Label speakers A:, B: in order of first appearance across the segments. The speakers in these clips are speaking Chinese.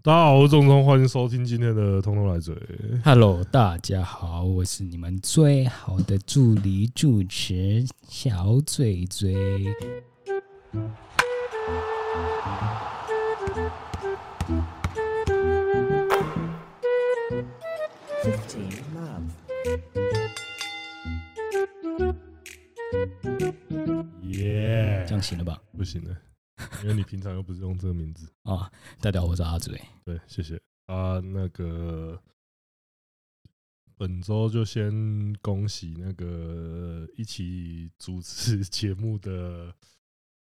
A: 大家好，我是钟钟，欢迎收听今天的《通通来嘴》。
B: Hello，大家好，我是你们最好的助理主持小嘴嘴。
A: 耶
B: 这样行了吧？
A: 不行了，因为你平常又不是用这个名字。
B: 啊、大家好，我是阿嘴。
A: 对，谢谢啊。那个本周就先恭喜那个呃一起主持节目的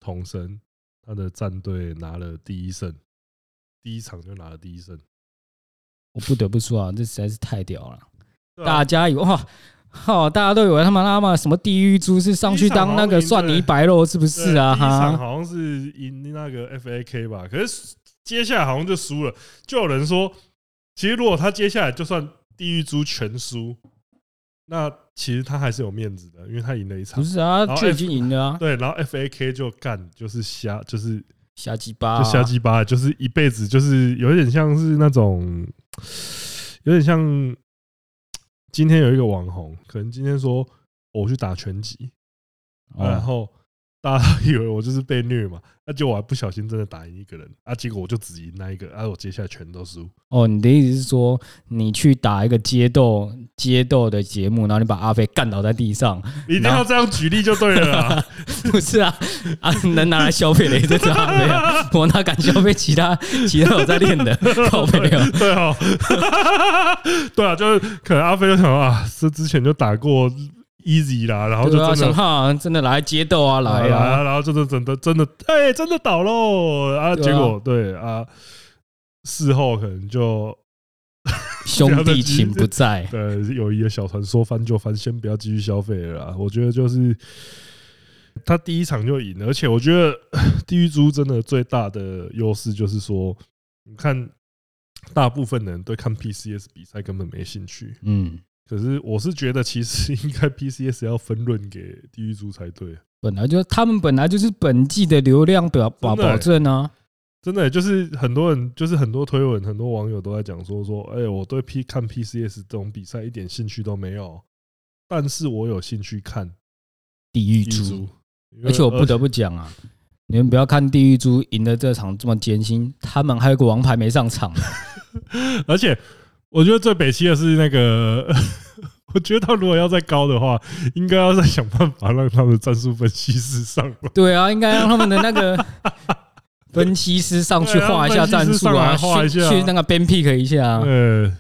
A: 童生，他的战队拿了第一胜，第一场就拿了第一胜。
B: 我不得不说啊，这实在是太屌了！
A: 对啊
B: 大家以为哇，好、大家都以为他妈他妈什么地狱猪是上去当那个蒜泥白肉，是不
A: 对
B: 是啊？
A: 第一场
B: 哈，
A: 好像是赢那个 FAK 吧，可是接下来好像就输了。就有人说，其实如果他接下来就算地狱猪全输，那其实他还是有面子的，因为他赢了一场
B: 不。是啊，
A: 然后哎
B: 就已经赢了啊，
A: 对，然后 FAK 就干，就是瞎，就是
B: 瞎鸡巴、
A: 就
B: 啊，
A: 瞎鸡巴，就是一辈子，就是有点像是那种，有点像今天有一个网红，可能今天说我去打拳击，
B: 哦
A: 然后大家 以为我就是被虐嘛，那结果我还不小心真的打赢一个人啊，结果我就只赢那一个，啊，我接下来全都输。
B: 哦，你的意思是说，你去打一个街斗街斗的节目，然后你把阿飞干倒在地上？
A: 你一定要这样举例就对了 啦，
B: 不是啊，啊，能拿来消费的也是阿飞啊， 我哪敢消费其他其他有在练的靠背啊？
A: 对哦，对啊，就是可能阿飞就想说啊，这之前就打过 easy 啦，然后就
B: 对啊，
A: 真
B: 想
A: 的。
B: 哈，真的来街斗啊，来啊！
A: 啊，然后真的真的真的，哎、真的倒喽啊！
B: 对啊
A: 结果对啊，事后可能就
B: 兄弟情不 在，
A: 呃，友谊的小船说翻就翻，先不要继续消费了啦。我觉得就是他第一场就赢了，而且我觉得 地狱猪真的最大的优势就是说，你看大部分人对看 PCS 比赛根本没兴趣，
B: 嗯，
A: 可是我是觉得其实应该 PCS 要分论给地狱猪才对，
B: 本来就他们本来就是本季的流量表保
A: 真的欸
B: 保证啊，
A: 真的、就是很多人，就是很多推文，很多网友都在讲说说，哎、我对 P 看 PCS 这种比赛一点兴趣都没有，但是我有兴趣看。
B: 地狱
A: 地狱
B: 猪
A: 猪。，因为
B: 而且我不得不讲啊，你们不要看地狱猪赢了这场这么艰辛，他们还有个王牌没上 场。
A: 而且我觉得最北西的是那个， 我觉得他如果要再高的话，应该要再想办法让他的战术分析师上来，
B: 对啊，应该让他们的那 个分析师上去画一下战术
A: 对啊
B: 啊，
A: 分析师上来画一
B: 去
A: 下
B: 去那个 ben pick 一下啊。
A: 呃，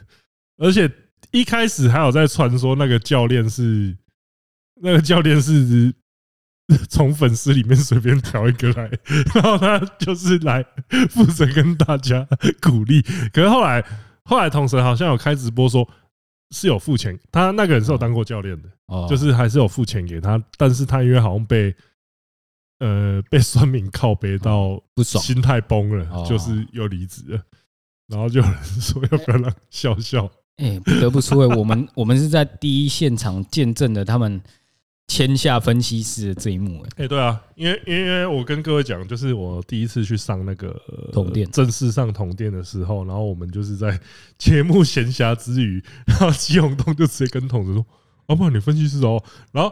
A: 而且一开始还有在传说那个教练是那个教练是。 从粉丝里面随便挑一个来， 然后他就是来负责跟大家鼓励。可是后来，后来同神好像有开直播说是有付钱，他那个人是有当过教练的，
B: 哦，
A: 就是还是有付钱给他，但是他因为好像被 呃 被酸民靠背到
B: 不爽，
A: 哦心态崩了，
B: 哦
A: 就是又离职了。然后就有人说要不要让笑笑？
B: 哎，不得不说，我 们我们是在第一现场见证了他们签下分析师的这一幕，哎，
A: 哎，对啊，因为因为我跟各位讲，就是我第一次去上那个呃
B: 同店
A: 正式上同店的时候，然后我们就是在 节目闲暇之余，然后祁永东就直接跟筒子说：“哦，不然你分析师哦。”然后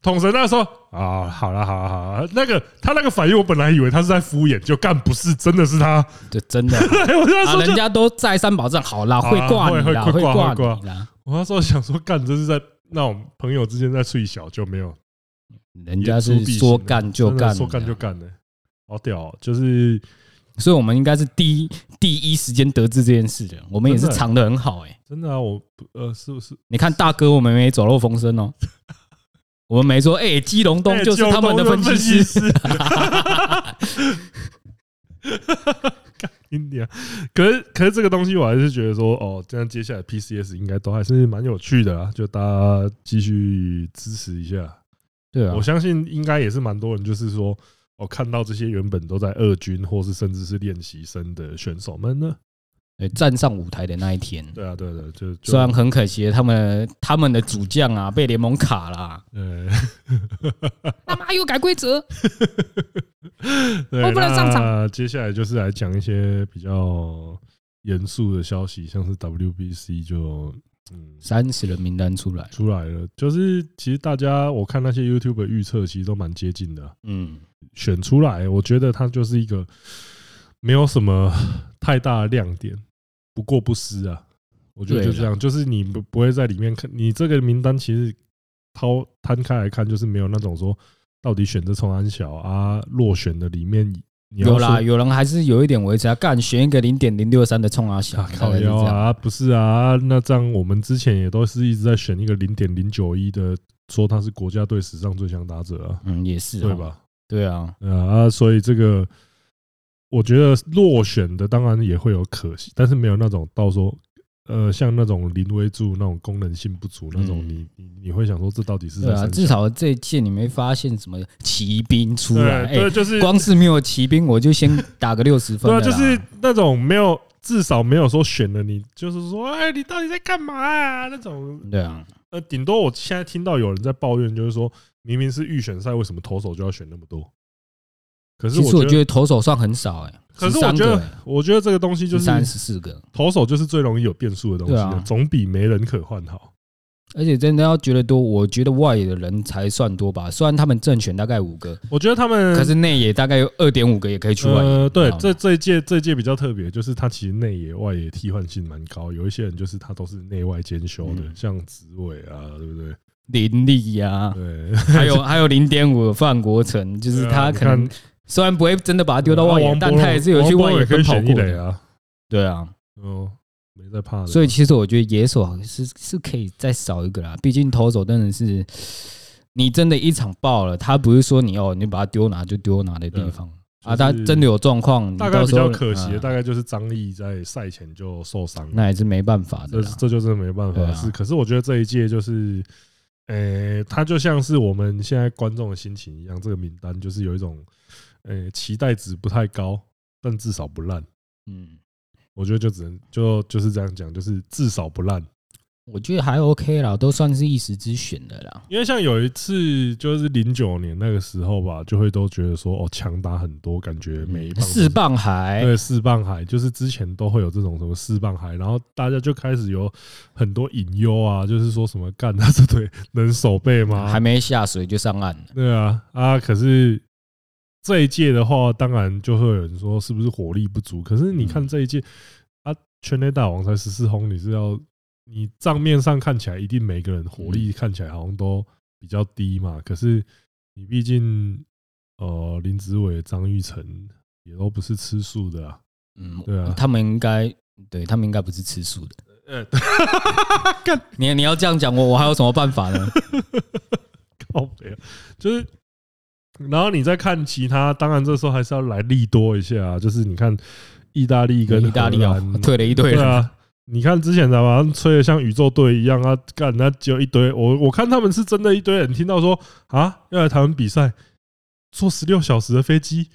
A: 统神那时候啊，好啦好啦好啦，那个他那个反应，我本来以为他是在敷衍，就干不是，真的是他。
B: 这真的
A: 对， 我那时
B: 啊，
A: 候
B: 人
A: 就，
B: 家都再三保证，好啦，
A: 好
B: 会
A: 啦
B: 挂你啦，
A: 会会
B: 会
A: 挂
B: 挂
A: 会
B: 你啦，
A: 我那时候想说，干这是在那种朋友之间在吹小，就没有
B: 人家
A: 言出
B: 是
A: 必行
B: 说
A: 的
B: 干就
A: 真的
B: 干，
A: 说干就，干的，好屌哦，就是
B: 所以我们应该是第一第一时间得知这件事的，我们也是
A: 真的欸
B: 藏得很好， 哎。
A: 真的啊，我不呃是不是？
B: 你看大哥，我们没走漏风声 哦，我们没说，哎、基隆东就是他们的分析
A: 析
B: 师，
A: 师。India，可是可是这个东西我还是觉得说，哦，这样接下来 PCS 应该都还是蛮有趣的啊，就大家继续支持一下。
B: 对啊
A: 我，相信应该也是蛮多人，就是说，我、看到这些原本都在二军或是甚至是练习生的选手们呢，
B: 对哎站上舞台的那一天，
A: 对啊，对啊对啊，就就
B: 虽然很可惜，他们他们的主将啊被联盟卡啦，
A: 呃，
B: 他妈又改规则，
A: 对
B: 哦我不能上场
A: 那接下来就是来讲一些比较严肃的消息，像是 WBC 就嗯
B: 三十人名单出来，
A: 出来了，就是其实大家我看那些 YouTube 预测，其实都蛮接近的啊、
B: 嗯，
A: 选出来，我觉得它就是一个没有什么太大的亮点，不过不失啊。我觉得就
B: 对
A: 这样，就是你不不会在里面看，你这个名单其实掏摊开来看，就是没有那种说到底选择从安小啊落选的里面，你要
B: 有啦，
A: 说
B: 有人还是有一点维持啊，干选一个零点零六三的冲啊小
A: 啊，， 靠腰
B: 大概是这样，
A: 啊，不是啊，那这样我们之前也都是一直在选一个零点零九一的，说他是国家队史上最强打者啊，
B: 嗯，也是
A: 对
B: 哦？
A: 吧？
B: 对啊，
A: 对啊啊，所以这个我觉得落选的当然也会有可惜，但是没有那种到说呃像那种临危柱那种功能性不足那种，
B: 嗯
A: 你你你会想说这到底是
B: 对
A: 在
B: 啊，
A: 三
B: 至
A: 小
B: 少这一届你没发现什么骑兵出来，
A: 对
B: 哎
A: 对，，就是
B: 光是没有骑兵我就先打个六十分
A: 对
B: 了
A: 啊，
B: 啦，
A: 就是那种没有至少没有说选了你，就是说哎你到底在干嘛啊那种
B: 对啊，
A: 呃，顶多我现在听到有人在抱怨，就是说明明是预选赛，为什么投手就要选那么多？可是
B: 其实
A: 我
B: 我
A: 觉
B: 觉
A: 得，
B: 得投手算很少哎，
A: 可是我
B: 13
A: 觉
B: 个
A: 得，我觉得这个东西就
B: 哎，
A: 是
B: 三十四个，
A: 投手就是最容易有变数的东西
B: 对
A: 啊
B: 啊，
A: 总比没人可换好。
B: 而且真的要觉得多，我觉得外野的人才算多吧，虽然他们正选大概五个，
A: 我觉得他们
B: 可是内野大概有二点五个也可以去外野，
A: 呃，对
B: 好，
A: 这这一届这一届比较特别，就是他其实内野外野替换性蛮高，有一些人就是他都是内外兼修的，
B: 嗯
A: 像紫伟啊，对不对？
B: 林立 呀，
A: 对，
B: 还有还有零点五范国成，就是
A: 对啊
B: 他
A: 你
B: 啊可能
A: 看啊
B: 虽然不会真的把他丢到外野
A: 王，
B: 但
A: 柏
B: 他
A: 荣
B: 也是有去
A: 王柏
B: 外
A: 荣
B: 野
A: 也可
B: 跟
A: 以
B: 跑
A: 选
B: 过
A: 一垒
B: 的。
A: 啊，
B: 对啊，
A: 哦，没在怕的。
B: 所以其实我觉得野手是是可以再少一个啦，毕竟投手真的是你真的一场爆了，他不是说你哦，你把他丢哪就丢哪的地方
A: 对就
B: 啊，他
A: 是
B: 真的有状况，你
A: 大概
B: 到
A: 比
B: 时候
A: 较可惜的，
B: 嗯
A: 大概就是张毅在赛前就受伤了，
B: 那也是没办法的
A: 这
B: 啦。
A: 这就真的没办
B: 啊对
A: 法。
B: 啊
A: 是，可是我觉得这一届就是，呃，他就像是我们现在观众的心情一样，这个名单就是有一种，呃，期待值不太高，但至少不烂。
B: 嗯，
A: 我觉得就只能就就是这样讲，就是至少不烂。
B: 我觉得还 OK 啦，都算是一时之选的啦。
A: 因为像有一次就是零九年那个时候吧，就会都觉得说哦，强打很多，感觉每一棒都是
B: 四棒海，
A: 对，四棒海就是之前都会有这种什么四棒海，然后大家就开始有很多隐忧啊，就是说什么干他这腿能守备吗？
B: 嗯还没下水就上岸了。
A: 对啊啊！可是这一届的话，当然就会有人说是不是火力不足？可是你看
B: 嗯
A: 这一届啊，全垒打王才十四轰，你是要你账面上看起来一定每个人火
B: 嗯
A: 力看起来好像都比较低嘛，可是你毕竟呃林子伟、张玉成也都不是吃素的啊。
B: 嗯，
A: 对啊
B: 他们应该，对他们应该不是吃素的。
A: 呃，
B: 你你要这样讲我，我还有什么办 法呢？
A: 靠北啊， 就是，然后你再看其他，当然这时候还是要来利多一下、啊，就是你看意大利跟
B: 意大利
A: 荷
B: 啊
A: 兰，
B: 退了一队
A: 嗯对
B: 了。
A: 啊。你看之前咱们吹的像宇宙队一样啊，干那只有一堆我我看他们是真的一堆人听到说啊要来台湾比赛，坐十六小时的飞机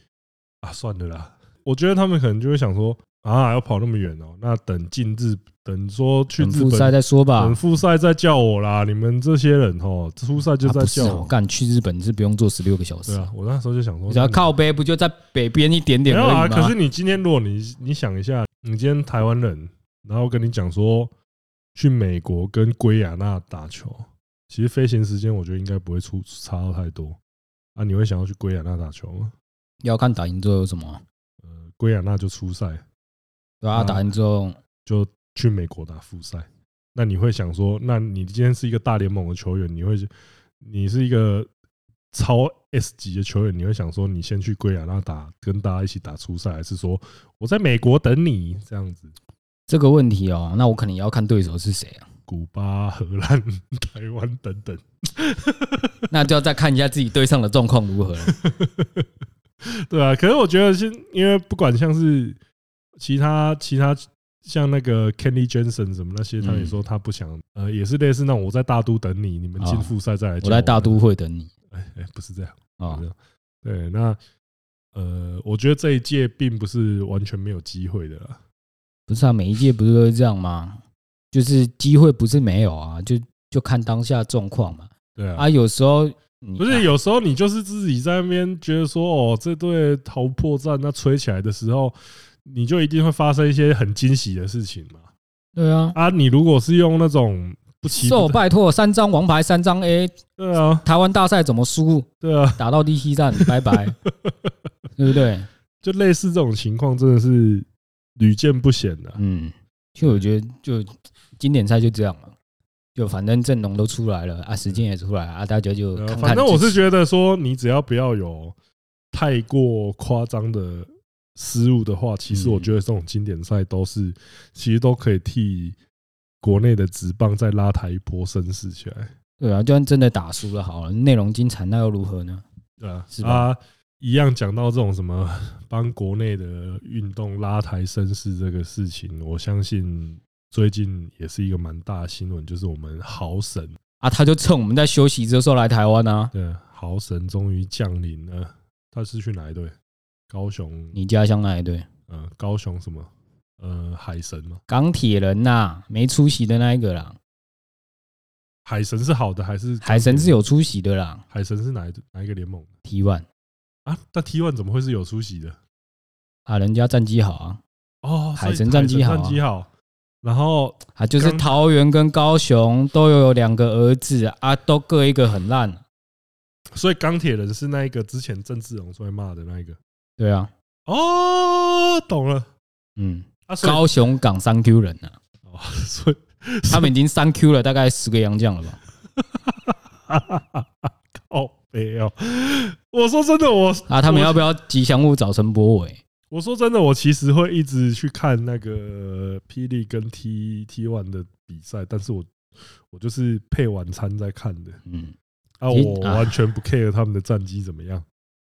A: 啊，算了啦。我觉得他们可能就会想说啊，要跑那么远哦，那等进日等说去
B: 等
A: 日
B: 复赛
A: 本
B: 啊
A: 嗯
B: 再说吧
A: 等。复赛再叫我啦！你们这些人哦，初赛就
B: 啊
A: 在
B: 不是
A: 叫
B: 哦
A: 我。
B: 干去日本是不用坐十六个小时
A: 对，啊，我那时候就想说，
B: 只要靠背不就在北边一点
A: 没
B: 点
A: 有
B: 而
A: 啊。
B: 已
A: 可是
B: 吗？
A: 你今天如果你你想一下，你今天台湾人，然后跟你讲说去美国跟圭亚那打球，其实飞行时间我觉得应该不会出差到太多啊。你会想要去圭亚那打球吗？
B: 要看打赢之后有什么啊，
A: 呃，圭亚那就初赛，
B: 对啊，
A: 啊
B: 打赢之后
A: 就去美国打复赛，那你会想说，那你今天是一个大联盟的球员，你会你是一个超 S 级的球员，你会想说，你先去圭亚那打，跟大家一起打初赛，还是说我在美国等你这样子？
B: 这个问题哦，那我可能也要看对手是谁 啊，
A: 古巴、荷兰、台湾等等，
B: 那就要再看一下自己对上的状况如 何了。
A: 对啊。可是我觉得现，因为不管像是其他其他像那个 Kenny Jensen 什么那些，他也
B: 嗯
A: 说他不想，呃，也是类似那种我在大都等你，你们进
B: 啊
A: 复赛再来叫。
B: 我在大都会等你
A: 哎，哎，不是这样。
B: 啊
A: 这，样对，那呃，我觉得这一届并不是完全没有机会的啦。
B: 不是啊，每一届不是都是这样吗？就是机会不是没有啊，就就看当下状况嘛。
A: 对啊，
B: 啊，有时候你啊
A: 不是有时候你就是自己在那边觉得说，哦，这队好破绽，那吹起来的时候，你就一定会发生一些很惊喜的事情嘛。
B: 对啊，
A: 啊，你如果是用那种不奇
B: 受
A: 不得，
B: 拜托，三张王牌，三张 A，
A: 对啊，
B: 台湾大赛怎么输？
A: 对啊，
B: 打到第七 站，拜拜，对不对？
A: 就类似这种情况，真的是屡见不鲜啊的、
B: 嗯，其实我觉得就经典赛就这样嘛，就反正阵容都出来了啊，时间也出来了啊，大家就
A: 呃
B: 看看。
A: 反正我是觉得说，你只要不要有太过夸张的失误的话，其实我
B: 嗯
A: 觉得这种经典赛都是其实都可以替国内的职棒再拉抬一波声势起来，
B: 对啊，就算真的打输了好了，内容精彩那又如何呢？
A: 对啊
B: 是，吧
A: 啊，一样讲到这种什么帮国内的运动拉抬声势这个事情，我相信最近也是一个蛮大的新闻，就是我们豪神，
B: 啊，他就趁我们在休息的时候来台湾啊，
A: 对，豪神终于降临了，他是去哪一队？高雄
B: 你家乡那一队
A: 呃，高雄什么呃海神吗？
B: 钢铁人呐、没出席的那一个啦，
A: 海神是好的还是
B: 海神是
A: 有？
B: 有出席的啦
A: 海神是哪一哪一个联盟
B: ，T one
A: 啊？那 T one 怎么会是有出席的？
B: 啊，人家战绩好啊，
A: 哦，所以
B: 海神战绩好啊
A: 战绩好。然后
B: 啊，就是
A: 钢
B: 桃园跟高雄都有两个儿子啊，都各一个很烂，
A: 所以钢铁人是那一个之前郑志龙出来骂的那一个。
B: 对啊，
A: 哦，懂了
B: 嗯，
A: 啊，所以
B: 高雄港三 Q 人啊，
A: 哦，所以
B: 他们已经三 Q 了大概十个洋将了吧？
A: 哦，没有。我说真的，我
B: 啊，他们
A: 我
B: 要不要吉祥物找陈柏伟？
A: 我说真的，我其实会一直去看那个霹雳跟 T T one 的比赛，但是我我就是配晚餐在看的
B: 嗯，
A: 啊，
B: 其实
A: 我
B: 啊
A: 完全不 care 他们的战绩怎么样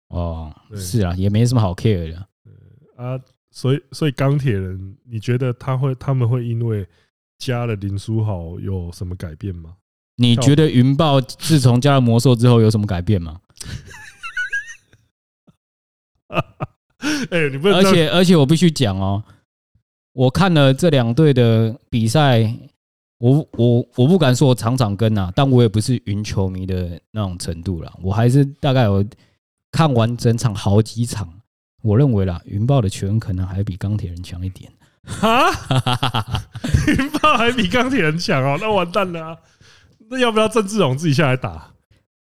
B: 哦，
A: 对
B: 是啊，也没什么好 care 的。
A: 啊，所以所以钢铁人，你觉得他会他们会因为加了林书豪有什么改变吗？
B: 你觉得云豹自从加入魔兽之后有什么改变吗？
A: 哎、你不能
B: 而
A: 这样
B: 且而且我必须讲哦，我看了这两队的比赛，我我我不敢说我场场跟啊，但我也不是云球迷的那种程度啦，我还是大概有看完整场好几场，我认为啦，云豹的球员可能还比钢铁人强一点。
A: 啊， 云豹还比钢铁人强哦，那完蛋了、啊！那要不要郑志勇自己下来打？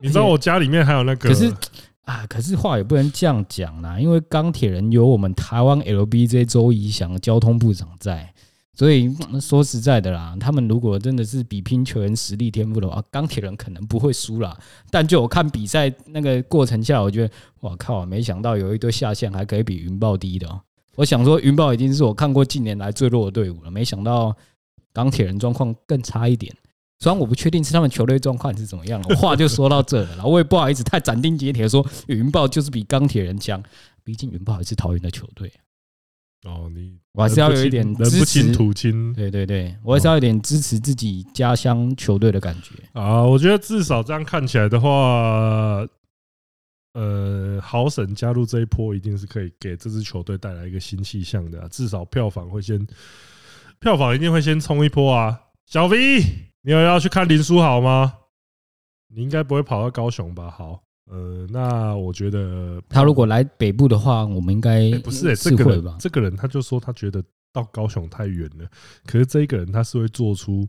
A: 你知道我家里面还有那个，
B: 可是啊，可是话也不能这样讲啦，因为钢铁人有我们台湾 LBJ 周怡翔交通部长在，所以嗯说实在的啦，他们如果真的是比拼球员实力天赋的话，钢铁人可能不会输啦。但就我看比赛那个过程下，我觉得哇靠，没想到有一堆下线还可以比云豹低的、哦。我想说，云豹已经是我看过近年来最弱的队伍了，没想到钢铁人状况更差一点。虽然我不确定是他们球队状况是怎么样了，我话就说到这了啦， 我也不好意思太斩钉截铁地说云豹就是比钢铁人强，毕竟云豹还是桃园的球队，
A: 哦，你
B: 我还是要有一点
A: 人不清人
B: 支
A: 不清
B: 持。
A: 土清
B: 对对对，我还是要有点支持自己家乡球队的感觉。
A: 啊。我觉得至少这样看起来的话，呃，豪神加入这一波一定是可以给这支球队带来一个新气象的啊、至少票房会先，票房一定会先冲一波啊。小 V，你有要去看林书豪吗？你应该不会跑到高雄吧？好，呃，那我觉得
B: 他如果来北部的话，我们应该
A: 欸不是、欸、
B: 是
A: 这个
B: 会
A: 人
B: 吧，？
A: 这个人他就说他觉得到高雄太远了，可是这一个人他是会做出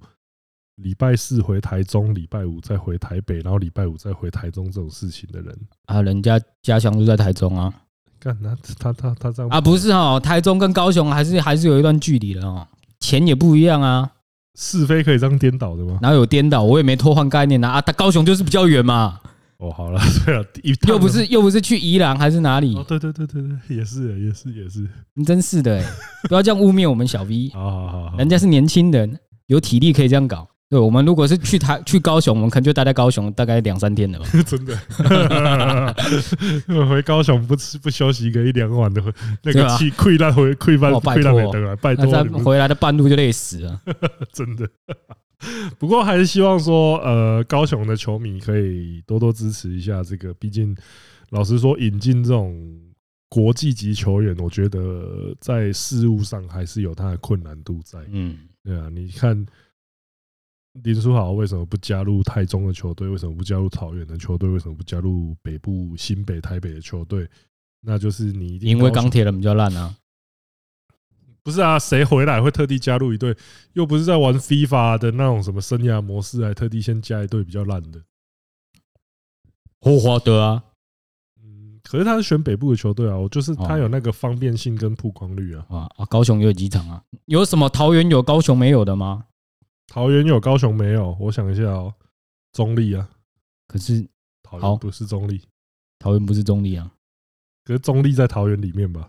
A: 礼拜四回台中，礼拜五再回台北，然后礼拜五再回台中这种事情的人。
B: 啊，人家家乡就在台中啊
A: 干他他他他这样
B: 啊，不是哦，台中跟高雄还是还是有一段距离的哦，钱也不一样啊，
A: 是非可以这样颠倒的吗？
B: 然后有颠倒，我也没偷换概念啊啊，他高雄就是比较远嘛，
A: 哦，好了， 对啊，一趟
B: 又不是又不是去宜兰还是哪里
A: 哦，，对对对对对，也是欸也是也是，
B: 你真是的、欸，不要这样污蔑我们小 V，
A: 好好好好，
B: 人家是年轻人，有体力可以这样搞。对我们如果是去台去高雄，我们可能就待在高雄大概两三天 了吧。
A: 真的回高雄不吃不休息个一两晚的，那
B: 对
A: 个
B: 啊
A: 气溃烂回溃烂
B: 哦拜
A: 溃烂
B: 托
A: 没得了，拜
B: 那
A: 托
B: 在
A: 你们
B: 回来的半路就累死了。
A: 真的。 不过还是希望说，呃，高雄的球迷可以多多支持一下这个，毕竟老实说，引进这种国际级球员，我觉得在事务上还是有他的困难度在。
B: 嗯，
A: 对啊，你看林书豪为什么不加入台中的球队？为什么不加入桃园的球队？为什么不加入北部新北、台北的球队？那就是你一定
B: 因为
A: 高雄
B: 钢铁人比较烂啊。
A: 不是啊，谁回来会特地加入一队？又不是在玩 FIFA 的那种什么生涯模式，还特地先加一队比较烂的。
B: 霍华德啊，
A: 嗯，可是他是选北部的球队啊，我就是他
B: 哦
A: 有那个方便性跟曝光率啊。
B: 啊啊，高雄也有机场啊，有什么桃园有高雄没有的吗？
A: 桃园有，高雄没有。我想一下哦，中立啊，
B: 可是
A: 桃
B: 好
A: 园不是中立，
B: 桃园不是中立啊，
A: 可是中立在桃园里面吧？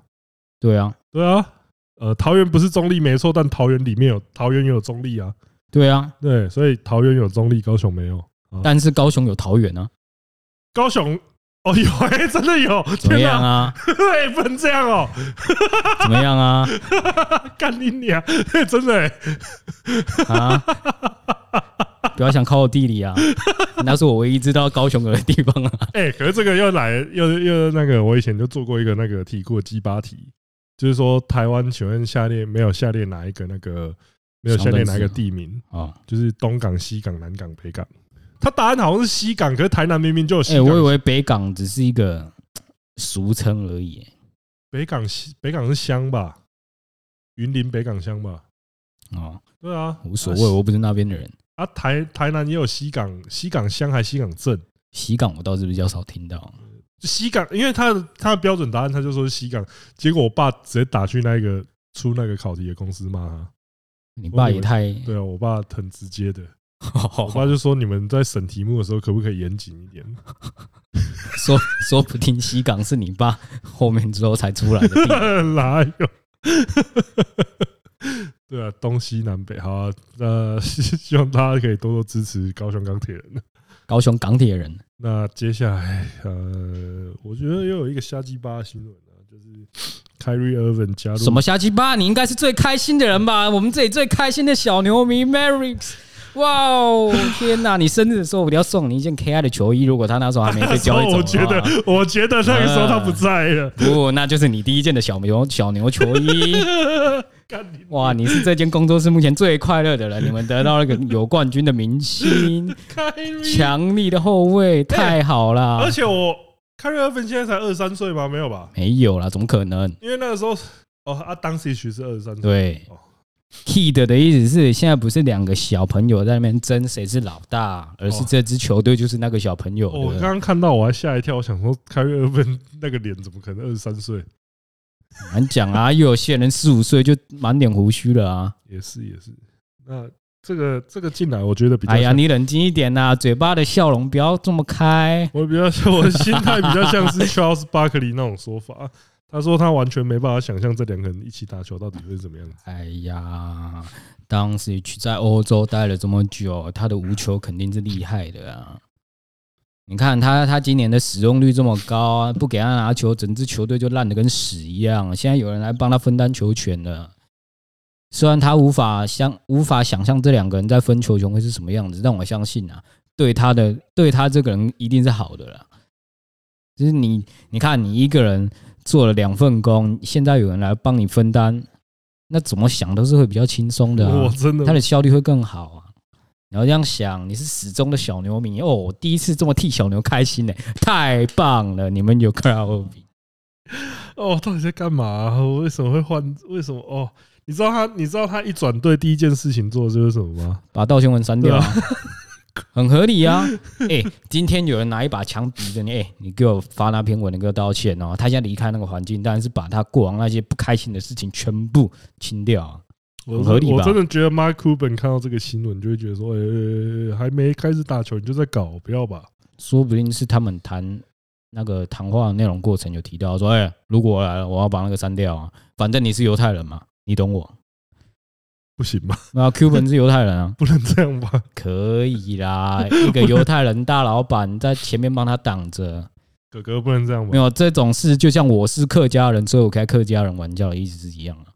B: 对啊，
A: 对啊，呃，桃园不是中立没错，但桃园里面有桃园也有中立啊。
B: 对啊，
A: 对，所以桃园有中立，高雄没有。
B: 但是高雄有桃园啊，
A: 高雄哦有哎、真的有，
B: 怎么
A: 天
B: 样
A: 哪，
B: 啊？
A: 对，不能这样哦，
B: 怎么样啊？
A: 干你娘， 真的、欸，
B: 啊！不要想考我地理啊，那是我唯一知道高雄有的地方啊。
A: 哎、可是这个又来又又那个，我以前就做过一个那个题过鸡巴题，就是说台湾请问下列没有下列哪一个那个没有下列哪一个地名，
B: 哦，
A: 就是东港、西港、南港、北港。他答案好像是西港，可是台南明明就有西
B: 哎、
A: 港、
B: 我以为北港只是一个俗称而已、
A: 北港西北港是乡吧，云林北港乡吧，
B: 哦，
A: 对啊，
B: 无所谓，我不是那边的人。
A: 啊，台台南也有西港，西港乡还西港镇，
B: 西港我倒是比较少听到，
A: 就西港，因为他的他的标准答案他就说是西港，结果我爸直接打去那个出那个考题的公司骂
B: 嗯
A: 他。
B: 你爸也太……
A: 对啊，我爸很直接的，
B: 哦
A: 我爸就说你们在审题目的时候可不可以严谨一点？
B: 说说不定西港是你爸后面之后才出来的地 方。
A: 哪有？对啊，东西南北，好、啊，那希望大家可以多多支持高雄钢铁人。
B: 高雄港铁人
A: 那接下来，呃，我觉得又有一个瞎鸡巴的新闻啊，就是 Kyrie Irving 加入
B: 什么瞎鸡巴？你应该是最开心的人吧？我们这里最开心的小牛迷 Marix。哇哦，天哪！你生日的时候，我一定要送你一件 KI 的球衣。如果他那时候还没 被交易走
A: 我
B: 的
A: 觉
B: 话
A: 得，我觉得那个时候
B: 啊
A: 他不在了。
B: 不，那就是你第一件的小牛小牛球衣。
A: 干你
B: 哇，你是这间工作室目前最快乐的人，你们得到了一个有冠军的明星，
A: ，Kyrie！
B: 强力的后卫，太好 啦
A: 而！且我 Kyrie Irving 现在才二十三岁吗？没有吧？
B: 没有啦，怎么可能？
A: 因为那个时候，哦，啊，当时其实是二十三岁。
B: 对
A: 哦
B: ，Kid 的意思是，现在不是两个小朋友在那边争谁是老大，而是
A: 哦
B: 这支球队就是那个小朋友
A: 哦我
B: 的。
A: 刚刚看到我还吓一跳，我想说 Kyrie Irving 那个脸怎么可能二十三岁？
B: 很难讲啊，又有些人十五岁就满脸胡须了啊！
A: 也是也是。那这个这个进来，我觉得比较
B: 哎呀，
A: 像
B: 你冷静一点呐、嘴巴的笑容不要这么开。
A: 我比较像我的心态比较像是 Charles Barkley 那种说法。啊他说他完全没办法想象这两个人一起打球到底会是怎么样子。
B: 哎呀，当时去在欧洲待了这么久，他的无球肯定是厉害的啊！你看他，他今年的使用率这么高啊，不给他拿球，整支球队就烂得跟屎一样。现在有人来帮他分担球权了。虽然他无法相无法想象这两个人在分球权会是什么样子，但我相信啊，对他的对他这个人一定是好的啦。就是你，你看你一个人做了两份工，现在有人来帮你分担，那怎么想都是会比较轻松的、啊。
A: 我真
B: 它
A: 的，
B: 的效率会更好啊。你要这样想，你是始终的小牛迷哦，我第一次这么替小牛开心呢、欸太棒了！你们有 c r o w
A: 哦，到底在干嘛啊、我为什么会换？为什么？哦，你知道他，你知道他一转队第一件事情做的就是什么吗？
B: 把道歉文删掉、啊，很合理啊。 哎、今天有人拿一把枪逼着你，哎、你给我发那篇文，你给我道歉哦。他现在离开那个环境，当然是把他过往那些不开心的事情全部清掉、啊。
A: 我
B: 很合理吧
A: 我真的觉得 Mark Cuban 看到这个新闻就会觉得说，呃、还没开始打球你就在搞，不要吧？
B: 说不定是他们谈那个谈话内容过程有提到说，哎、如果我来了，我要把那个删掉啊。反正你是犹太人嘛，你懂我。
A: 不行吧？
B: 那 Cuban 是犹太人啊，
A: 不能这样吧？
B: 可以啦，一个犹太人大老板在前面帮他挡着，
A: 哥哥不能这样
B: 没
A: 吧？
B: 有啊这种事，就像我是客家人，所以我开客家人玩笑的意思是一样啊。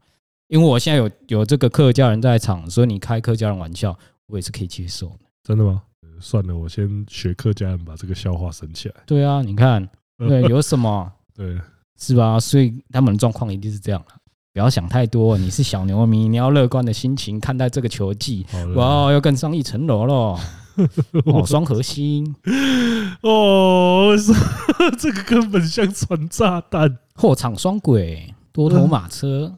B: 因为我现在有有这个客家人在场，所以你开客家人玩笑，我也是可以接受的。
A: 真的吗？呃算了，我先学客家人把这个笑话省起来。
B: 对啊，你看，对，有什么
A: 对，
B: 是吧？所以他们的状况一定是这样啦不要想太多，你是小牛迷，你要乐观的心情看待这个球技。
A: 好了。
B: 哇，要更上一层楼喽！哦，双核心，
A: 哦，我说 这个根本像传炸弹。
B: 后场双轨，多头马车。
A: 嗯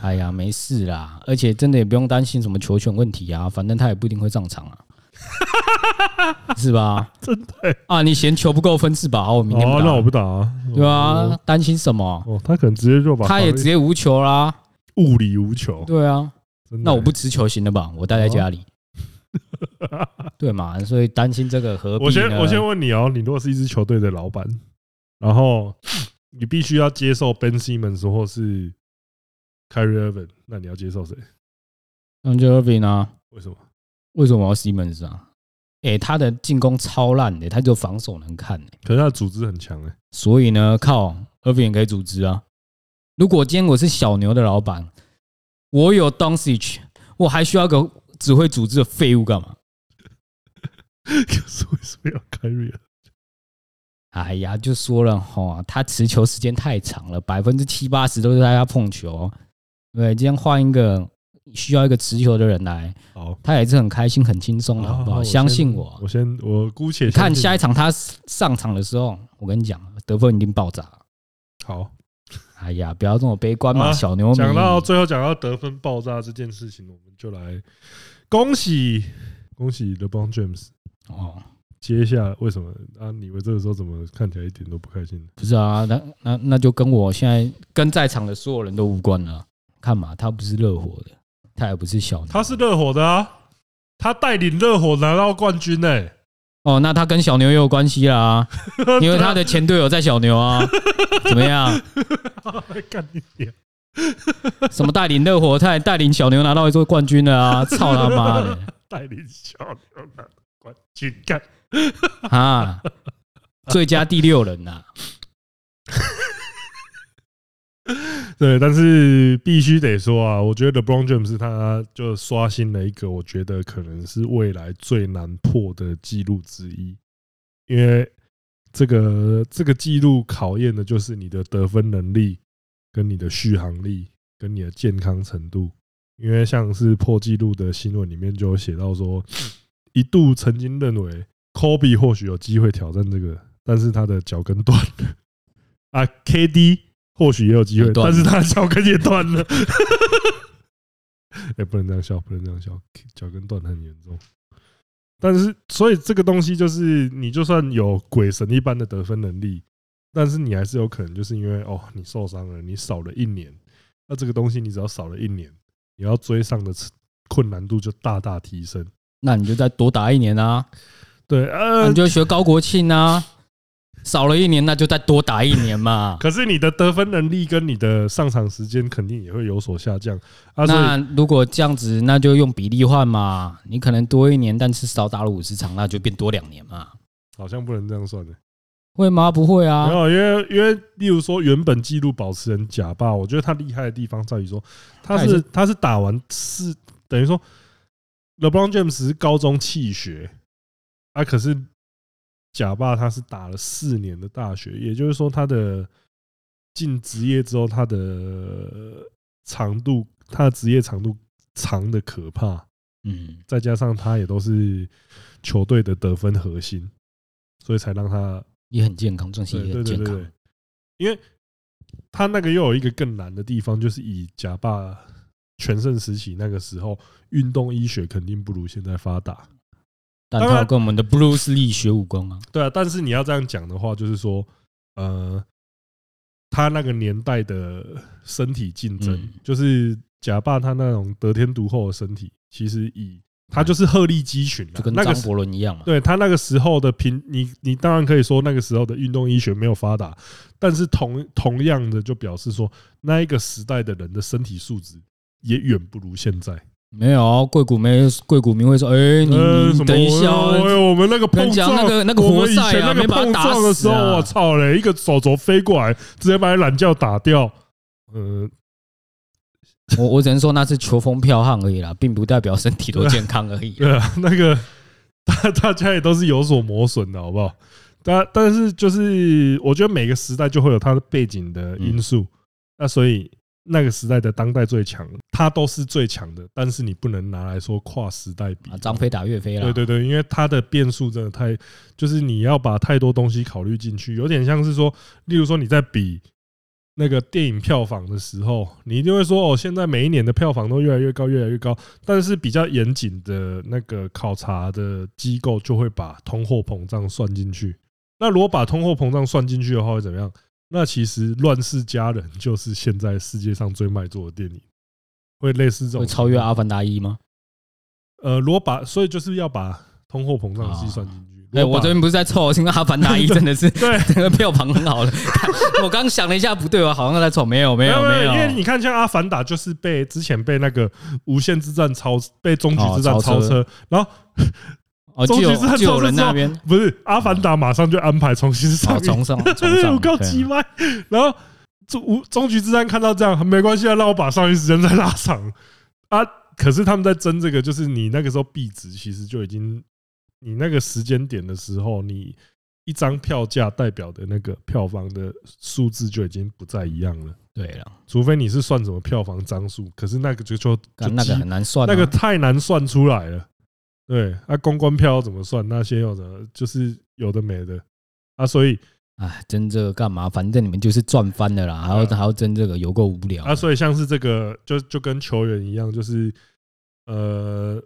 B: 哎呀，没事啦，而且真的也不用担心什么球权问题啊，反正他也不一定会上场啊， 是吧？
A: 真
B: 的、啊，你嫌球不够分是吧？好，我明天不
A: 哦，
B: 打
A: 那我不打啊，
B: 对啊，担心什么？
A: 哦，他可能直接就把
B: 他也直接无球啦，
A: 物理无球，
B: 对啊，
A: 真的
B: 那我不持球行了吧？我待在家里，对嘛？所以担心这个啊何 必
A: 哦我先
B: 呢？
A: 我先问你哦，你如果是一支球队的老板，然后你必须要接受 Ben Simmons 或是 Kyrie Irving，那你要接受谁？
B: 那就 Irving 啊，
A: 为什么？
B: 为什么我要 Simmons 啊？哎，他的进攻超烂的，他就防守能看欸
A: 可是他的组织很强哎，
B: 所以呢，靠 Irving 也可以组织啊。如果今天我是小牛的老板，我有 d o n c i c 我还需要个只会组织的废物干嘛？
A: 可是 为什么要 Kyrie？
B: 哎呀，就说了哈，他持球时间太长了，百分之七八十都是在他碰球。对，今天换一个需要一个持球的人来，
A: 好，
B: 他也是很开心、很轻松的，好不好？相
A: 先
B: 信我
A: 哦我，先我姑且
B: 你看
A: 相信
B: 下一场他上场的时候，我跟你讲，得分一定爆炸。
A: 好。
B: 哎呀，不要这么悲观嘛，
A: 啊
B: 小牛迷。
A: 讲到最后，讲到得分爆炸这件事情，我们就来恭喜恭喜 LeBron James
B: 哦，
A: 接下来为什么啊？你们这个时候怎么看起来一点都不开心呢？
B: 不是啊，那那那就跟我现在跟在场的所有人都无关了。看嘛，他不是热火的，他也不是小牛。
A: 他是热火的啊，他带领热火拿到冠军欸呢、
B: 哦，那他跟小牛也有关系啦，因为他的前队友在小 牛啊。怎么样？
A: 干你娘！
B: 什么带领热火，他还带领小牛拿到一座冠军了啊！操他妈 的
A: 带领小牛拿冠军，干
B: 啊！最佳第六人啊呐、
A: 对，但是必须得说啊，我觉得 LeBron James 他就刷新了一个我觉得可能是未来最难破的记录之一，因为这个这个记录考验的就是你的得分能力、跟你的续航力、跟你的健康程度。因为像是破纪录的新闻里面就有写到说，一度曾经认为 Kobe 或许有机会挑战这个，但是他的脚跟断了啊，KD 或许也有机会
B: 也，断
A: 但
B: 了
A: 是他的脚跟也断了。 哎、不能这样笑，不能这样笑，脚跟断得很严重。但是，所以这个东西就是，你就算有鬼神一般的得分能力，但是你还是有可能就是因为哦，你受伤了，你少了一年，那这个东西你只要少了一年，你要追上的困难度就大大提升。
B: 那你就再多打一年啊，
A: 对，
B: 那
A: 呃
B: 你，就学高国庆啊。少了一年，那就再多打一年嘛。
A: 可是你的得分能力跟你的上场时间肯定也会有所下降啊。所以
B: 那如果这样子，那就用比例换嘛。你可能多一年，但是少打了五十场，那就变多两年嘛。
A: 好像不能这样算的。
B: 会吗？不会
A: 没
B: 啊。
A: 有，因为因为例如说，原本纪录保持人贾巴，我觉得他厉害的地方在于说，他
B: 他也
A: 是
B: 是
A: 他是打完是等于说，LeBron James 是高中弃学啊，可是贾巴他是打了四年的大学，也就是说他的进职业之后，他的长度，他的职业长度长的可怕。
B: 嗯，
A: 再加上他也都是球队的得分核心，所以才让他
B: 也很健康，重心
A: 对
B: 也
A: 对
B: 很
A: 对
B: 健
A: 对
B: 康
A: 对。，因为他那个又有一个更难的地方，就是以贾巴全盛时期那个时候，运动医学肯定不如现在发达。
B: 但
A: 当
B: 他要
A: 然
B: 跟我们的 Bruce Lee 学武 功啊。
A: 对啊，但是你要这样讲的话，就是说，呃，他那个年代的身体竞争，
B: 嗯
A: 就是贾巴他那种得天独厚的身体，其实以他就是鹤立鸡群啊
B: 嗯就跟
A: 那
B: 张
A: 个时
B: 伯伦一样嘛。
A: 对他那个时候的平，你你当然可以说那个时候的运动医学没有发达，但是同同样的就表示说，那一个时代的人的身体素质也远不如现在。
B: 没有啊贵谷没贵谷明会说，哎，你
A: 呃什
B: 你
A: 么
B: 等一下
A: 哎呦哎
B: 哦，
A: 呦我们那个碰
B: 人家
A: 撞，
B: 那个那个
A: 我
B: 活
A: 们以
B: 塞
A: 前
B: 啊，
A: 那
B: 没
A: 个
B: 把他
A: 碰
B: 打
A: 撞的时
B: 死
A: 候，我
B: 啊。
A: 操嘞，一个手肘飞过来，直接把你懒觉打掉。呃，
B: 我我只能说那是球风彪悍而已啦，并不代表身体多健康而已。
A: 对啊， 那个大大家也都是有所磨损的，好不好？但但是就是，我觉得每个时代就会有它的背景的因素，那所以那个时代的当代最强，它都是最强的，但是你不能拿来说跨时代比
B: 啊，。张飞打岳飞啦。
A: 对对对，因为它的变数真的太，就是你要把太多东西考虑进去，有点像是说，例如说你在比那个电影票房的时候，你一定会说哦，现在每一年的票房都越来越高，越来越高。但是比较严谨的那个考察的机构就会把通货膨胀算进去。那如果把通货膨胀算进去的话，会怎么样？那其实《乱世佳人》就是现在世界上最卖座的电影，会类似这种
B: 会超越《阿凡达一》吗？
A: 呃，如果把所以就是要把通货膨胀的计算进去。
B: 哎，我这
A: 这
B: 边不是在凑，我听到《阿凡达一》真的是
A: 对
B: 整个票房很好了。 看我刚想了一下，不对吧？好像在凑，没有没有没有，
A: 因为你看像《阿凡达》就是被之前被那个《无限之战》超被《终局之战
B: 哦》超
A: 超车，然后
B: 哦，
A: 终
B: 就
A: 局之战
B: 有就有
A: 超车
B: 人
A: 之
B: 那
A: 后
B: 边
A: 不是《阿凡达》马上就安排重新
B: 哦，
A: 上映，
B: 崇尚崇
A: 有
B: 尚，
A: 够鸡掰。 然后终无终局之战看到这样，没关系啊，让我把上映时间再拉长啊。可是他们在争这个，就是你那个时候币值其实就已经，你那个时间点的时候，你一张票价代表的那个票房的数字就已经不再一样了。
B: 对对了，
A: 除非你是算什么票房张数，可是那个就就就
B: 干那
A: 鸡
B: 个很难算啊，
A: 那个太难算出来了。对，啊，公关票要怎么算？那些要怎么就是有的没的啊，所以
B: 哎，争这个干嘛？反正你们就是赚翻的啦，还要
A: 对啊
B: 还要争这个，有够无聊
A: 啊，所以像是这个，就就跟球员一样，就是呃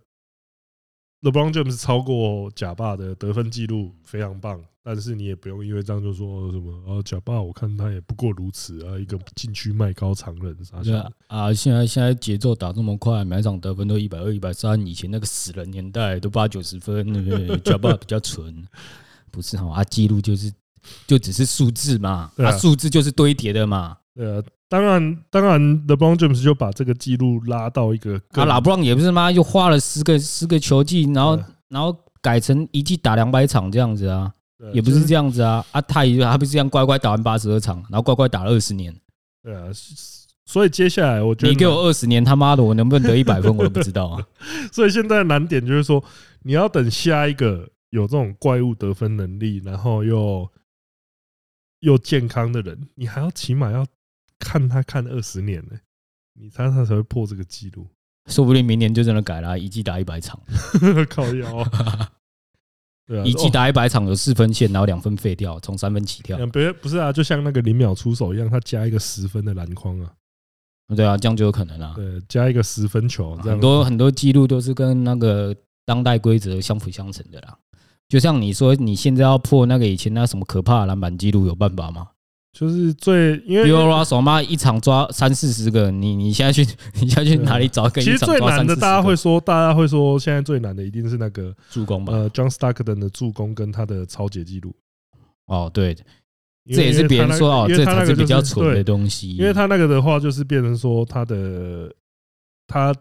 A: ，LeBron James 超过贾巴的得分记录非常棒，但是你也不用因为这样就说什么啊，贾巴我看他也不过如此啊，一个禁区卖高常人啥
B: 对
A: 啥
B: 啊，啊，现在现在节奏打这么快，每场得分都一百二、一百三，以前那个死人年代都八九十 分，对不对脚步比较纯，不是哈？啊，记录就是就只是数字嘛，
A: 对啊
B: 啊，数字就是堆叠的嘛。
A: 对啊，当然当然，LeBron James 就把这个记录拉到一个
B: 啊，
A: 更
B: 拉布朗也不是妈又花了十个十个球季，然后
A: 对
B: 然后改成一季打两百场这样子啊，
A: 对啊
B: 也不
A: 就是
B: 这样子啊，啊，他也他不是这样乖乖打完八十二场，然后乖乖打了二十年。
A: 对啊，是所以接下来我觉得
B: 你给
A: 难
B: 我二十年，他妈的，我能不能得一百分，我都不 知道啊！
A: 所以现在的难点就是说，你要等下一个有这种怪物得分能力，然后又又健康的人，你还要起码要看他看二十年呢、你猜他才会破这个记录？
B: 说不定明年就真的改了啊、一季打一百场，
A: 靠腰、哦 对啊，
B: 一季
A: 哦
B: 打一百场有四分线，然后两分废掉，从三分起跳。
A: 嗯，别不是啊，就像那个零秒出手一样，他加一个十分的篮筐啊，
B: 对啊，这样就有可能啊。
A: 对，加一个十分球，这样
B: 很多很多记录都是跟那个当代规则相辅相成的啦。就像你说，你现在要破那个以前那什么可怕的篮板记录，有办法吗
A: 就是最因为
B: b i o r a 手妈一场抓三四十个，你你现在去 你现在去哪里找个
A: 啊
B: 一
A: 其实
B: 场
A: 最
B: 抓
A: 难
B: 三四
A: 的，
B: 十
A: 大家会
B: 个
A: 说，大家会说，现在最难的一定是那个
B: 助攻吧？
A: 呃，John Stockton 的助攻跟他的超解记录，
B: 哦，对，
A: 因
B: 这
A: 为
B: 也是别人说哦，
A: 因
B: 这
A: 为他那个因为他那个
B: 才是
A: 就是
B: 比较蠢的
A: 对
B: 东西。
A: 因为他那个的话，就是变成说他的他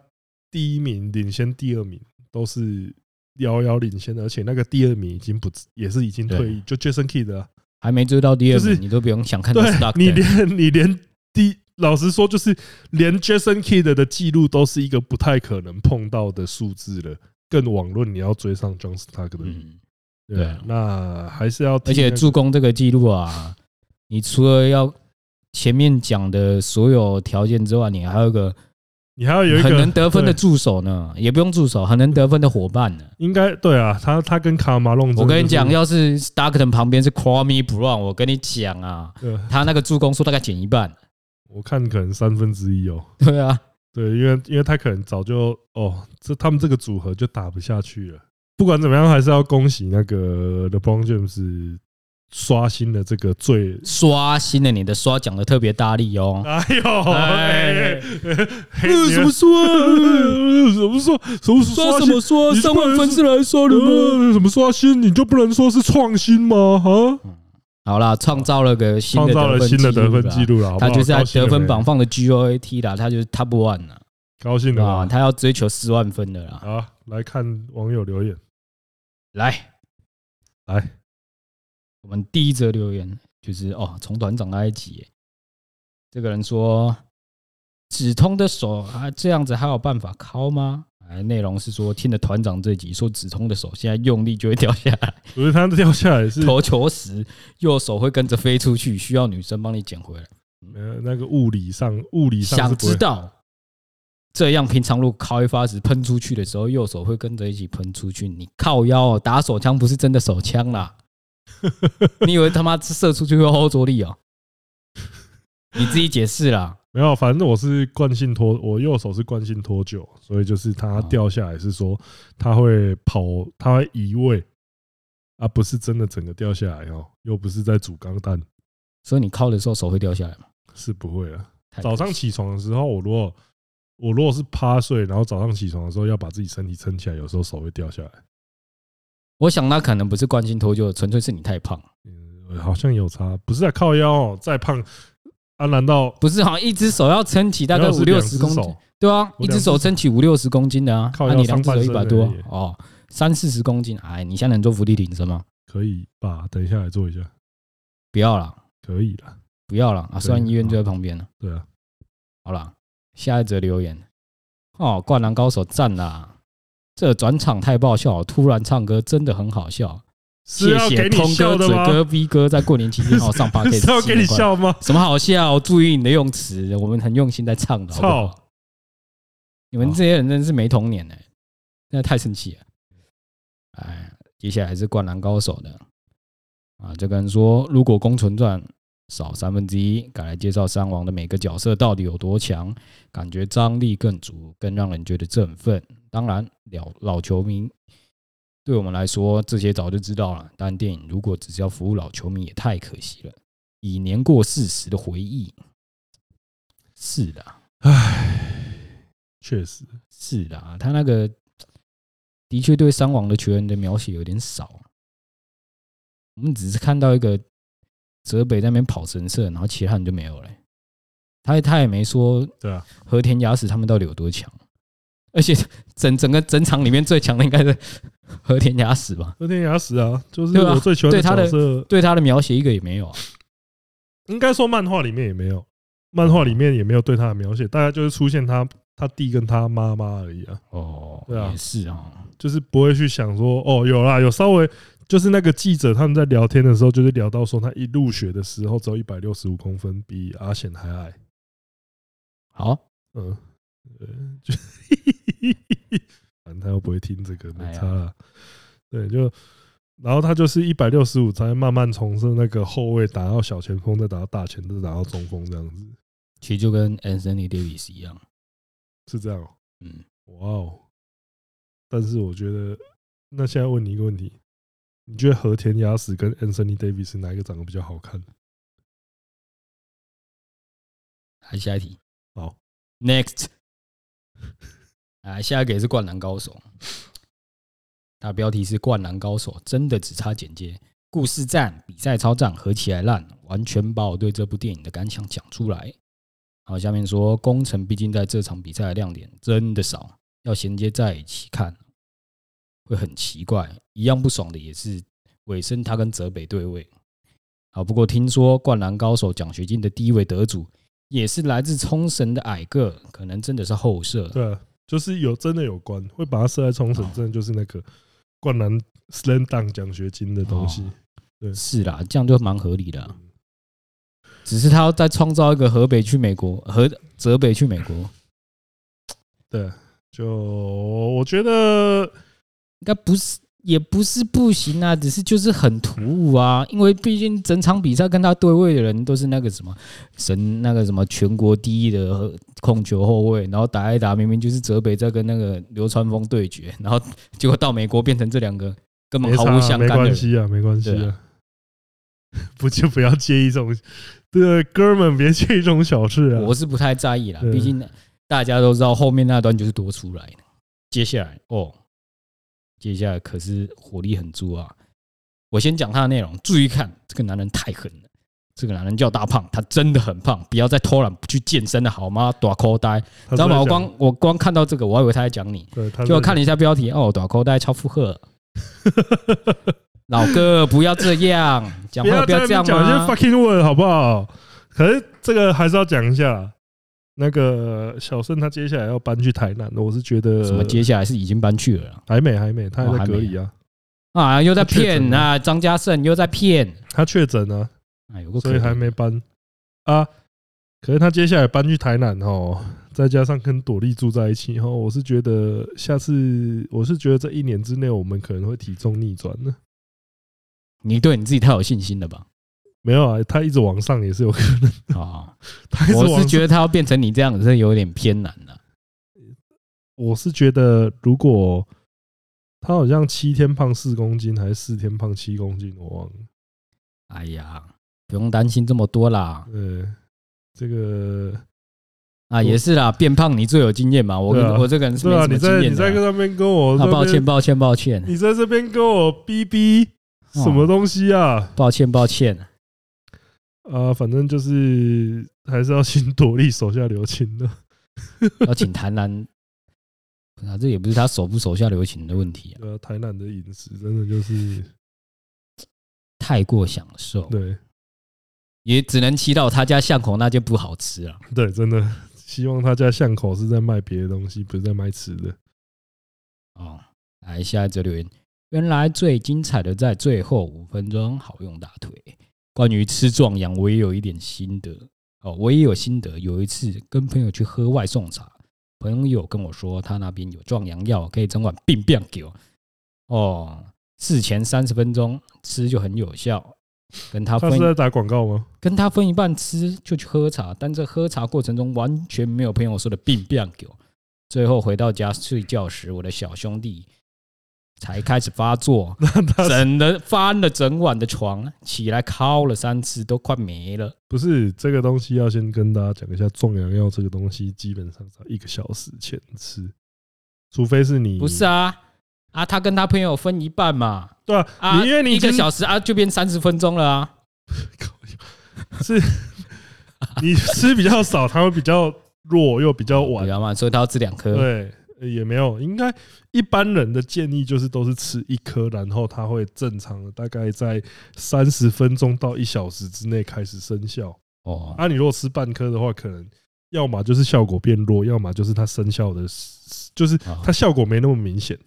A: 第一名领先第二名都是遥遥领先的，而且那个第二名已经不也是已经退役，就 Jason Kidd 啊，
B: 还没追到第二名，
A: 就是
B: 你都不用想看到
A: 对
B: Stark
A: 你连 你连第老实说，就是连 Jason Kidd 的记录都是一个不太可能碰到的数字了，更遑论你要追上 John Stockton，
B: 嗯，
A: 对
B: 对
A: 啊
B: 啊，
A: 那还是要替
B: 而且
A: 那个
B: 助攻这个记录啊，你除了要前面讲的所有条件之外，你还有一个
A: 你还要有一个
B: 很能得分的
A: 对
B: 助手呢，也不用助手，很能得分的伙伴呢。
A: 应该对啊，他他跟卡马隆，
B: 我跟你讲，，要是 Starkton 旁边是 c r o m e Brown，我跟你讲啊，
A: 对
B: 他那个助攻数大概减一半。
A: 我看可能三分之一哦。
B: 对啊，
A: 对，因为因为他可能早就哦，这他们这个组合就打不下去了。不管怎么样，还是要恭喜那个 LeBron James 刷新了这个最。
B: 刷新了你的刷讲的特别大力哦。
A: 哎呦，
B: 哎
A: 哎，
B: 哎
A: 嘿
B: 呦怎么说啊？
A: 呃怎么说？什么
B: 刷
A: 刷
B: 什
A: 新
B: 么？刷？
A: 你
B: 三万
A: 不能
B: 分是来刷的吗？
A: 呃什么刷新？你就不能说是创新吗？啊，
B: 好啦，创造了个新
A: 创
B: 的
A: 造了新的得分记
B: 录
A: 录了，好
B: 啦，
A: 不好
B: 他就是在得分，
A: 高
B: 榜
A: 兴了
B: 放的 GOAT 啦，他就是 Top One 啦，
A: 没高兴了
B: 啊，
A: 吧？
B: 他要追求四万分的啦。
A: 好，来看网友留言，
B: 来，
A: 来，
B: 我们第一则留言就是哦，从团长那一集耶，这个人说，止痛的手啊，这样子还有办法敲吗？哎，内容是说听了团长这集说止痛的手现在用力就会掉下来，
A: 不是他掉下来是
B: 投球时右手会跟着飞出去，需要女生帮你捡回来。
A: 呃，那个物理上，物理上是
B: 想
A: 不会
B: 知道这样平常如果靠一发时喷出去的时候，右手会跟着一起喷出去。你靠腰、哦、打手枪不是真的 手枪啦，你以为他妈射出去会后坐力哦？你自己解释啦。
A: 没有，反正我是惯性脱，我右手是惯性脱臼，所以就是它掉下来是说它会跑，它会移位，啊，不是真的整个掉下来哦，又不是在煮钢蛋，
B: 所以你靠的时候手会掉下来嘛？
A: 是不会了。
B: 太
A: 早上起床的时候，我如果我如果是趴睡，然后早上起床的时候要把自己身体撑起来，有时候手会掉下来。
B: 我想那可能不是惯性脱臼，纯粹是你太胖。
A: 呃好像有差，不是在靠腰哦，再胖啊？难道
B: 不是，好像一只手要撑起 大概
A: 难道
B: 五
A: 是
B: 六
A: 两
B: 十
A: 只
B: 公斤，
A: 手？
B: 对啊，
A: 我
B: 一
A: 两只
B: 只手撑起五六十公斤的啊，
A: 靠
B: 那
A: 腰
B: 你两只手一百多
A: 上半身而已
B: 哦，三四十公斤，哎，你现在能做伏地挺身吗？
A: 可以吧？等一下来做一下，
B: 不要啦，
A: 可以啦。
B: 不要啦，啊，虽然
A: 对哦
B: 医院就在旁边了，
A: 对啊，
B: 好啦，下一则留言，哦，灌篮高手赞啦，这转场太爆笑，突然唱歌真的很好笑，
A: 是
B: 谢
A: 要
B: 谢
A: 给你
B: 通
A: 笑
B: 哥、
A: 的
B: 嘴
A: 吗？
B: 哥、B 哥在过年期间哦 上八 K，
A: 是要给你笑吗？
B: 什么好笑？注意你的用词，我们很用心在唱的，好不好？
A: 操！
B: 你们这些人真是没童年哎、真的太生气了。哎，接下来是《灌篮高手》的啊，这个人说，如果《宫存传》少三分之一，改来介绍三王的每个角色到底有多强，感觉张力更足，更让人觉得振奋。当然，老老球迷对我们来说，这些早就知道了。但电影如果只是要服务老球迷，也太可惜了。已年过四十的回忆，是的啊，
A: 确实，
B: 是啦，他那个的确对伤亡的球员的描写有点少。我们只是看到一个泽北在那边跑神社，然后其他人就没有了、他他也没说
A: 对啊，
B: 和田雅史他们到底有多强，而且整整个整场里面最强的应该是和田雅史吧？
A: 和田牙石啊，就是
B: 对吧
A: 我最喜欢
B: 对他的
A: 角色。
B: 对他的描写一个也没有啊。
A: 应该说漫画里面也没有，漫画里面也没有对他的描写，大概就是出现他他弟跟他妈妈而已啊，
B: 哦，
A: 对啊
B: 也是啊，
A: 就是不会去想说哦，有啦，有稍微就是那个记者他们在聊天的时候，就是聊到说他一入学的时候只有一百六十五公分，比阿显还矮，
B: 好，
A: 嗯，呃，就 反正他又不会听这个，
B: 哎
A: 没差啦。对，就然后他就是一百六十五，才慢慢从是那个后卫打到小前锋，再打到大前，再打到中锋，这样子
B: 其实就跟 Anthony Davis 一样，
A: 是这样哦、
B: 嗯，
A: 哇哦！但是我觉得，那现在问你一个问题：你觉得和田雅史跟 Anthony Davis 哪一个长得比较好看？
B: 来下一题。
A: 好
B: ，Next，啊，下一个也是《灌篮高手》，大标题是《灌篮高手》，真的只差简介，故事赞，比赛超赞，合起来烂，完全把我对这部电影的感想讲出来。好，下面说工程毕竟在这场比赛的亮点真的少，要衔接在一起看会很奇怪。一样不爽的也是尾声，他跟泽北对位。好，不过听说《灌篮高手》奖学金的第一位得主也是来自冲绳的矮个，可能真的是后射。
A: 对啊，就是有真的有关，会把它设在冲绳
B: 哦，
A: 真的就是那个灌篮 slam dunk 奖学金的东西
B: 哦。是啦，这样就蛮合理的啊、只是他要再创造一个河北去美国，河泽北去美国，应
A: 就我觉得，
B: 该不是也不是不行啊，只是就是很突兀啊。因为毕竟整场比赛跟他对位的人都是那个什么神，那个什么全国第一的控球后卫，然后打一打，明明就是泽北在跟那个流川枫对决，然后结果到美国变成这两个根本
A: 没
B: 毫
A: 差
B: 无
A: 啊，
B: 相
A: 没
B: 干的
A: 关
B: 人。
A: 系啊，没关系
B: 对
A: 啊。 不就不要介意这种，对哥们别介意这种小事啊。
B: 我是不太在意啦，
A: 对
B: 毕竟大家都知道后面那段就是多出来的。接下来哦，接下来可是火力很足啊！我先讲他的内容，注意看，这个男人太狠了。这个男人叫大胖，他真的很胖，不要再偷懒不去健身了好吗？ 短口呆，
A: 他
B: 知
A: 是在
B: 道吗？我
A: 讲
B: 光我光看到这个，我还以为他在讲你，
A: 对，他
B: 结果
A: 在
B: 看了一下标题，哦，短口呆超 负荷。老哥，不要这样，讲
A: 不
B: 话
A: 要
B: 不要这
A: 这
B: 样啊
A: 讲一些
B: 嘛。
A: fucking word 好不好？可是这个还是要讲一下，那个小盛他接下来要搬去台南，我是觉得
B: 什么接下来是已经搬去了啦。
A: 还没还没，他
B: 哦
A: 还
B: 还
A: 在
B: 没
A: 隔离啊，
B: 啊，又在
A: 他确诊
B: 骗
A: 了
B: 啊！张家胜又在骗，
A: 他确诊啊，
B: 哎，有个
A: 所以还没搬啊。可是他接下来搬去台南哦，再加上跟朵莉住在一起哦，我是觉得下次我是觉得这一年之内我们可能会体重逆转的。
B: 你对你自己太有信心了吧？
A: 没有啊，他一直往上也是有可能，
B: 啊，
A: 他一直往
B: 我
A: 上
B: 是觉得他要变成你这样子，是有点偏难了。
A: 我是觉得，如果他好像七天胖四公斤，还是四天胖七公斤，我忘了。
B: 哎呀，不用担心这么多啦。
A: 呃，这个
B: 啊，也是啦，变胖你最有经验嘛。我、
A: 对啊
B: 我这个人是没
A: 对啊，
B: 什
A: 你
B: 么
A: 在
B: 经
A: 你
B: 验
A: 在
B: 的、
A: 那边跟我，
B: 啊，抱歉，，抱歉，抱歉，
A: 你在这边跟我逼逼
B: 哦
A: 什么东西啊？
B: 抱歉，抱歉。
A: 啊，反正就是还是要请朵莉手下留情的。
B: 要请谭兰，不是啊，这也不是他手不手下留情的问题啊，
A: 呃，台南的饮食真的就是
B: 太过享受，
A: 对
B: 也只能祈祷他家巷口那间不好吃了。
A: 对，真的希望他家巷口是在卖别的东西，不是在卖吃的。
B: 哦，来下一则留言，原来最精彩的在最后五分钟，好用大腿。关于吃壮阳，我也有一点心得哦，我也有心得。有一次跟朋友去喝外送茶，朋友跟我说他那边有壮阳药，可以整晚病病给我。哦，事前三十分钟吃就很有效。跟他
A: 他
B: 分
A: 是在打广告吗？
B: 跟他分一半吃就去喝茶，但这喝茶过程中完全没有朋友说的病病给我。最后回到家睡觉时，我的小兄弟才开始发作，
A: 那他
B: 整的翻了整晚的床，起来敲了三次，都快没了。
A: 不是这个东西，要先跟大家讲一下，壮阳药这个东西基本上在一个小时前吃，除非是你
B: 不是啊啊，他跟他朋友分一半嘛
A: 对啊，
B: 啊，
A: 你因为你已
B: 一
A: 经
B: 个小时啊，就变三十分钟了啊。
A: 是你吃比较少，它会比较弱又比较
B: 你
A: 晚
B: 知，道吗？啊所以他要吃两颗。
A: 对，呃也没有，应该一般人的建议就是都是吃一颗，然后它会正常的大概在三十分钟到一小时之内开始生效。
B: 哦，
A: 啊，你如果吃半颗的话，可能要么就是效果变弱，要么就是它生效的时，就是
B: 哦
A: 它效果没那么明显。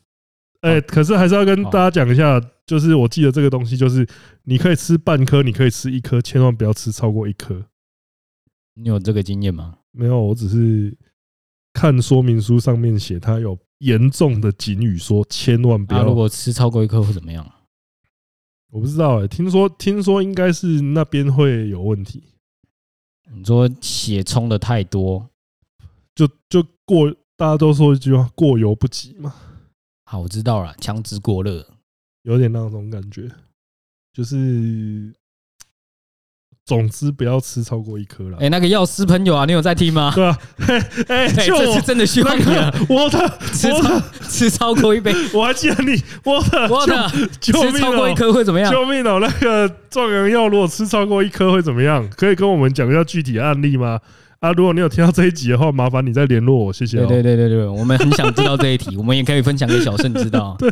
A: 哎，可是还是要跟大家讲一下，就是我记得这个东西，就是你可以吃半颗，你可以吃一颗，千万不要吃超过一颗。
B: 你有这个经验吗？
A: 没有，我只是看说明书上面写，它有严重的警语说，千万不
B: 啊，
A: 要。
B: 如果吃超过一颗会怎么样？
A: 我不知道哎、听说听说应该是那边会有问题，
B: 你说血冲的太多，
A: 就就过，大家都说一句话，过犹不及嘛，
B: 好，我知道了，枪支过热。
A: 有点那种感觉，就是。总之不要吃超过一颗了
B: 哎、。那个药师朋友啊，你有在 听吗？
A: 对啊，嘿哎，
B: 对，
A: 就
B: 这
A: 我
B: 次真的需要你
A: 那
B: 了。
A: 个我的，
B: 吃
A: 我的，
B: 超吃超过一杯，
A: 我还记得你，我的，
B: 我的
A: 救救
B: 吃
A: 命
B: 超过
A: 哦
B: 一！颗会怎么样？
A: 救命哦！那个壮阳药如果吃超过一颗会怎么样？可以跟我们讲一下具体的案例吗？啊，如果你有听到这一集的话，麻烦你再联络我，谢谢、
B: 对
A: 哦。
B: 对对对对，我们很想知道这一题，我们也可以分享给小盛知 道。对，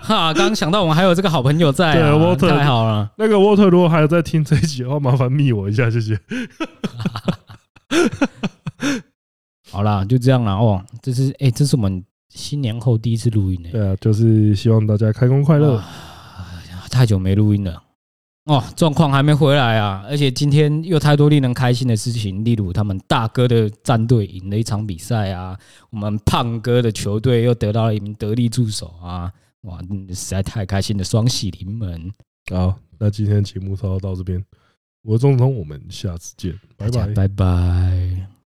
B: 哈，刚想到我们还有这个好朋友在
A: 对
B: 啊，
A: ，Walter
B: 太好了。
A: 那个沃特如果还有在听这一集的话，麻烦密我一下， 谢谢。
B: 好啦，就这样啦。哦。这是哎、这是我们新年后第一次录音呢、
A: 对啊，就是希望大家开工快乐。
B: 啊呀太久没录音了。哦，状况还没回来啊！而且今天又太多令人开心的事情，例如他们大哥的战队赢了一场比赛啊，我们胖哥的球队又得到了一名得力助手啊，哇，嗯实在太开心了，双喜临门，
A: 好，那今天的节目稍到这边，我是钟总，我们下次见，拜
B: 大
A: 拜
B: 家。拜拜